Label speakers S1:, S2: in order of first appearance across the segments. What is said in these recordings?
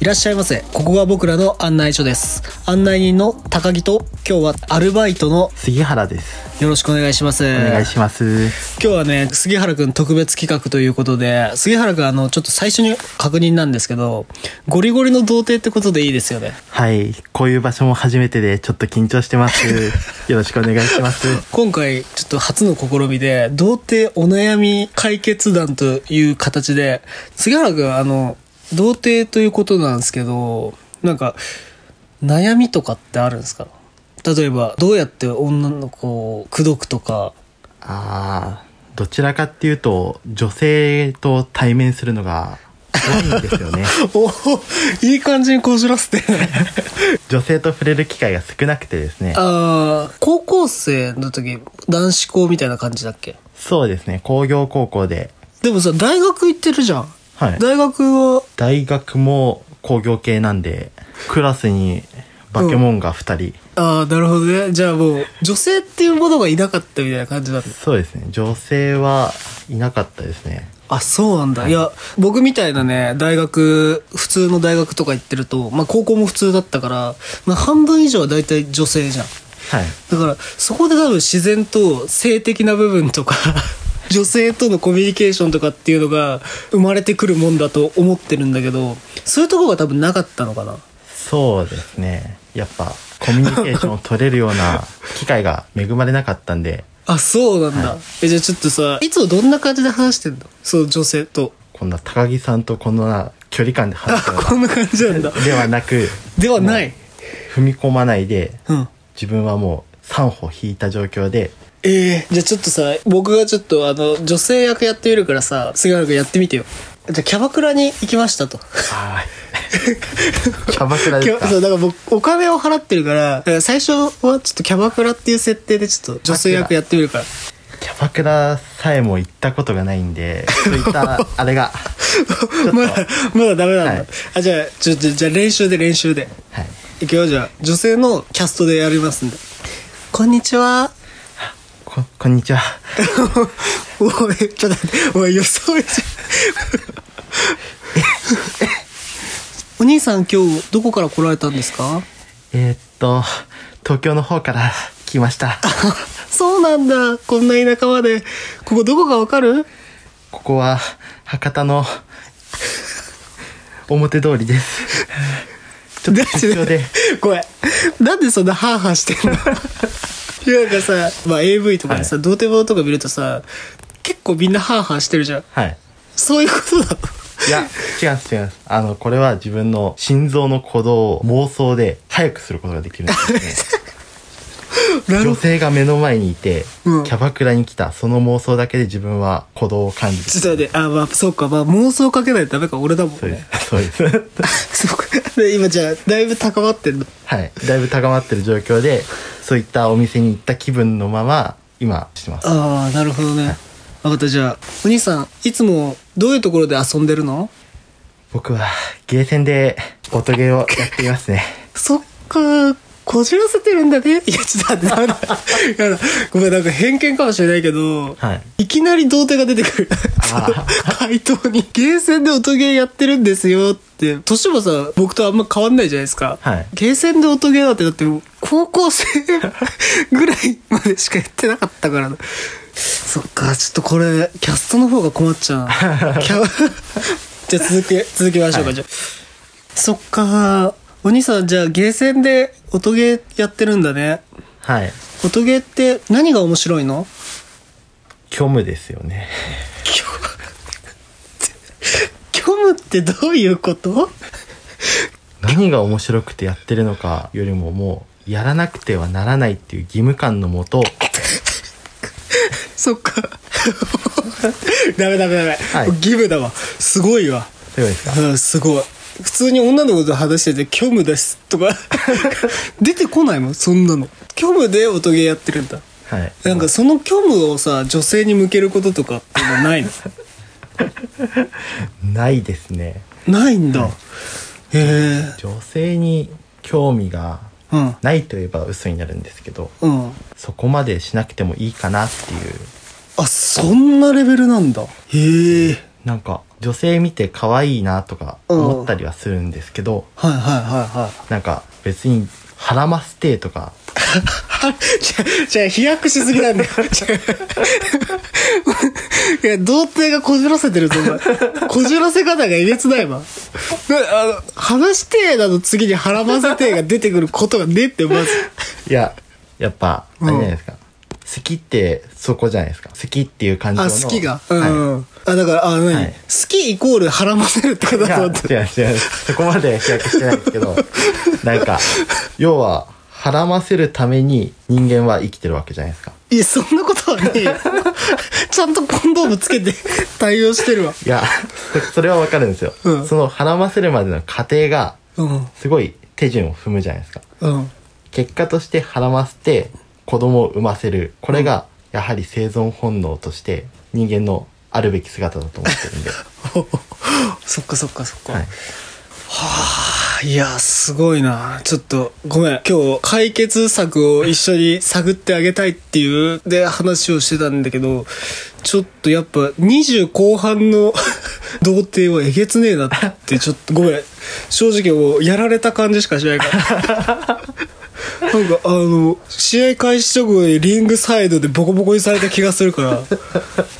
S1: いらっしゃいませ。ここが僕らの案内所です。案内人の高木と、今日はアルバイトの
S2: 杉原です。
S1: よろしくお願いします。お
S2: お願いします。
S1: 今日はね、杉原くん特別企画ということで、杉原くんあの、ちょっと最初に確認なんですけど、ゴリゴリの童貞ってことでいいですよね。
S2: はい。こういう場所も初めてで、ちょっと緊張して ます。よろしくお願いします。
S1: 今回、ちょっと初の試みで、童貞お悩み解決団という形で、杉原くん、あの、童貞ということなんですけど、なんか、悩みとかってあるんですか例えば、どうやって女の子を口説くとか、
S2: あー、どちらかっていうと、女性と対面するのが多いんですよ ね。
S1: おいい感じにこじらせて。
S2: 女性と触れる機会が少なくてですね。
S1: ああ、高校生の時、男子校みたいな感じだっけ
S2: そうですね。工業高校で。
S1: でもさ、大学行ってるじゃん。
S2: はい。
S1: 大学は、
S2: 大学も工業系なんで、クラスにバケモンが2人。
S1: ああ、なるほどね。じゃあもう、女性っていうものがいなかったみたいな感じだった。
S2: そうですね。女性はいなかったですね。
S1: あ、そうなんだ。いや、僕みたいなね、大学、普通の大学とか行ってると、まあ高校も普通だったから、まあ半分以上は大体女性じゃん。
S2: はい。
S1: だから、そこで多分自然と性的な部分とか、 女性とのコミュニケーションとかっていうのが生まれてくるもんだと思ってるんだけど、そういうとこが多分なかったのかな。
S2: そうですね。やっぱ、コミュニケーションを取れるよう な機会が恵まれなかったんで、
S1: あ、そうなんだ。え、じゃあちょっとさ、いつもどんな感じで話してんのその女性と。
S2: こんな高木さんとこんな距離感で話
S1: あ
S2: すよ、
S1: こんな感じなんだ
S2: う。なではな く、
S1: ではない。
S2: 踏み込まないで、
S1: うん。
S2: 自分はもう3歩引いた状況で、
S1: ええじゃあちょっとさ、僕がちょっとあの、女性役やってみるからさ、杉原くんやってみてよ。じゃあキャバクラに行きましたと。
S2: あーキャバクラ
S1: キ
S2: で
S1: ャ
S2: すか
S1: そう、だから僕、お金を払ってるから、だから最初はちょっとキャバクラっていう設定でちょっと女性役やってみるから。
S2: キャバクラさえも行ったことがないんで、そういった、あれが、
S1: まだ、まだダメなんだ。
S2: はい
S1: あ、じゃあ、ちょっと、じゃあ練習で練習で。
S2: はい。
S1: いくよ、じゃあ、女性のキャストでやりますんで。こんにちは。
S2: こ、こんにちは。
S1: おい、ちょっと待って、おい、予想以上。お兄さん今日どこから来られたんですか
S2: えー、っと、東京の方から来ました。
S1: そうなんだ。こんな田舎まで。ここどこかわかる
S2: ここは博多の表通りです。ちょっと出張で。
S1: ごめん。なんでそんなハーハーしてんのいやなんかさ、まあ、AV とかでさ、童貞物とか見るとさ、結構みんなハーハーしてるじゃん。
S2: はい。
S1: そういうこと だ。
S2: いや、違います違います。あの、これは自分の心臓の鼓動を妄想で早くすることができる んですね。
S1: なる
S2: 女
S1: ほど。
S2: 性が目の前にいて、
S1: うん
S2: キャバクラに来た、その妄想だけで自分は鼓動を感じる。
S1: ちょっと待って、あ、まあ、そうか、まあ、妄想かけないとダメか、俺だもん
S2: そうで
S1: ね。
S2: す。そうで す。
S1: そうか。で今じゃあ、だいぶ高まってんの。
S2: はい。だいぶ高まってる状況で、そういったお店に行った気分のまま、今、してます。
S1: ああ、なるほどね。分かった、じゃあ、お兄さん、いつもどういうところで遊んでるの
S2: 僕は、ゲーセンで、音ゲーをやっていますね。
S1: そっか、こじらせてるんだね。いや、ちょっと待って、なん だ。いやごめん、なんか偏見かもしれないけど、、
S2: はい
S1: きなり童貞が出てくる。その
S2: あ
S1: 回答に、ゲーセンで音ゲーやってるんですよって、年もさ、僕とあんま変わんないじゃないですか。
S2: はい
S1: ゲーセンで音ゲーだって、だって、高校生ぐらいまでしかやってなかったからな。そっか、ちょっとこれ、キャストの方が困っ ちゃうな。キャじゃあ続け、続きましょうか、じゃあ。そっかお兄さんじゃあゲーセンで音ゲーやってるんだね
S2: はい。
S1: 音ゲーって何が面白いの
S2: 虚無ですよね。
S1: 虚無ってどういうこと
S2: 何が面白くてやってるのかよりももう、やらなくてはならないっていう義務感のもと、
S1: そっか ダメダメダメ、
S2: はい
S1: ギブだわすごいわ
S2: そうですか。
S1: うんすごい普通に女の子と話してて虚無ですと か出てこないもんそんなの虚無で音ゲーやってるんだ
S2: はい。
S1: なんかその虚無をさ女性に向けることとかっていうのは ないの
S2: ないですね。
S1: ないんだ。へえ。
S2: 女性に興味が
S1: うん。
S2: ないといえば嘘になるんですけど、
S1: うん。
S2: そこまでしなくてもいいかなっていう、
S1: あ、そんなレベルなんだ。へえ。
S2: なんか、女性見て可愛いなとか思ったりはするんですけど、
S1: はいはいはいはい。
S2: なんか別に腹マステとか
S1: は じゃあ、じゃあ飛躍しすぎなんだよ。じゃあいや、童貞がこじらせてるぞ、お前。こじらせ方がえげつないわ。なあの、話してーなど次に腹混ぜてーが出てくることがねえって、まず。
S2: いややっぱ
S1: う
S2: あ
S1: ん
S2: れじゃないですか、好きってそこじゃないですか好きっていう感情
S1: あ、
S2: の
S1: 好きが。う
S2: は い
S1: ん。あ、だから、あ、何、
S2: はい
S1: 好きイコール腹混ぜるってこと
S2: い
S1: だと
S2: や、
S1: 思って。
S2: 違う違う。そこまで飛躍してないです けど、なんか、要は、はらませるために人間は生きてるわけじゃないですか。
S1: いや、そんなことはねえよ。ちゃんとコンドームつけて対応してるわ。
S2: いや、そそれはわかるんですよ。
S1: うん
S2: その、はらませるまでの過程が、
S1: うん。
S2: すごい手順を踏むじゃないですか。
S1: うん。
S2: 結果として、はらませて、子供を産ませる。これが、やはり生存本能として、人間のあるべき姿だと思ってる んで。
S1: そっかそっかそっか。
S2: はい。
S1: いや、すごいな。ちょっと、ごめん。今日、解決策を一緒に探ってあげたいっていう、で、話をしてたんだけど、ちょっとやっぱ、20後半の 童貞はえげつねえなって、ちょっと、ごめん。正直もう、やられた感じしかしないから。なんか、あの、試合開始直後にリングサイドでボコボコにされた気がするから。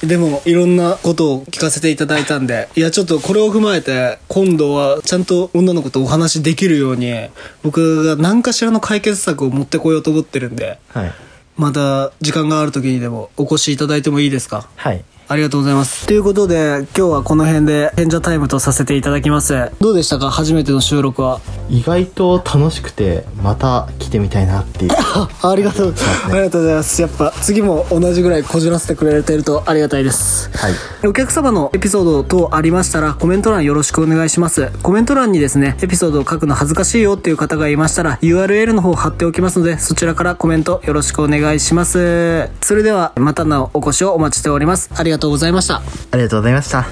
S1: でもいろんなことを聞かせていただいたんでいやちょっとこれを踏まえて今度はちゃんと女の子とお話しできるように僕が何かしらの解決策を持ってこようと思ってるんで
S2: はい。
S1: また時間がある時にでもお越しいただいてもいいですか
S2: はい。
S1: ありがとうございますということで今日はこの辺で賢者タイムとさせていただきますどうでしたか初めての収録は
S2: 意外と楽しくて、また来てみたいなっていう。
S1: あありがとうありがとうございますやっぱ次も同じぐらいこじらせてくれてるとありがたいです
S2: はい。
S1: お客様のエピソード等ありましたらコメント欄よろしくお願いしますコメント欄にですねエピソードを書くの恥ずかしいよっていう方がいましたら URL の方を貼っておきますのでそちらからコメントよろしくお願いしますそれではまたのお越しをお待ちしておりますありがとうございました
S2: ありがとうございました。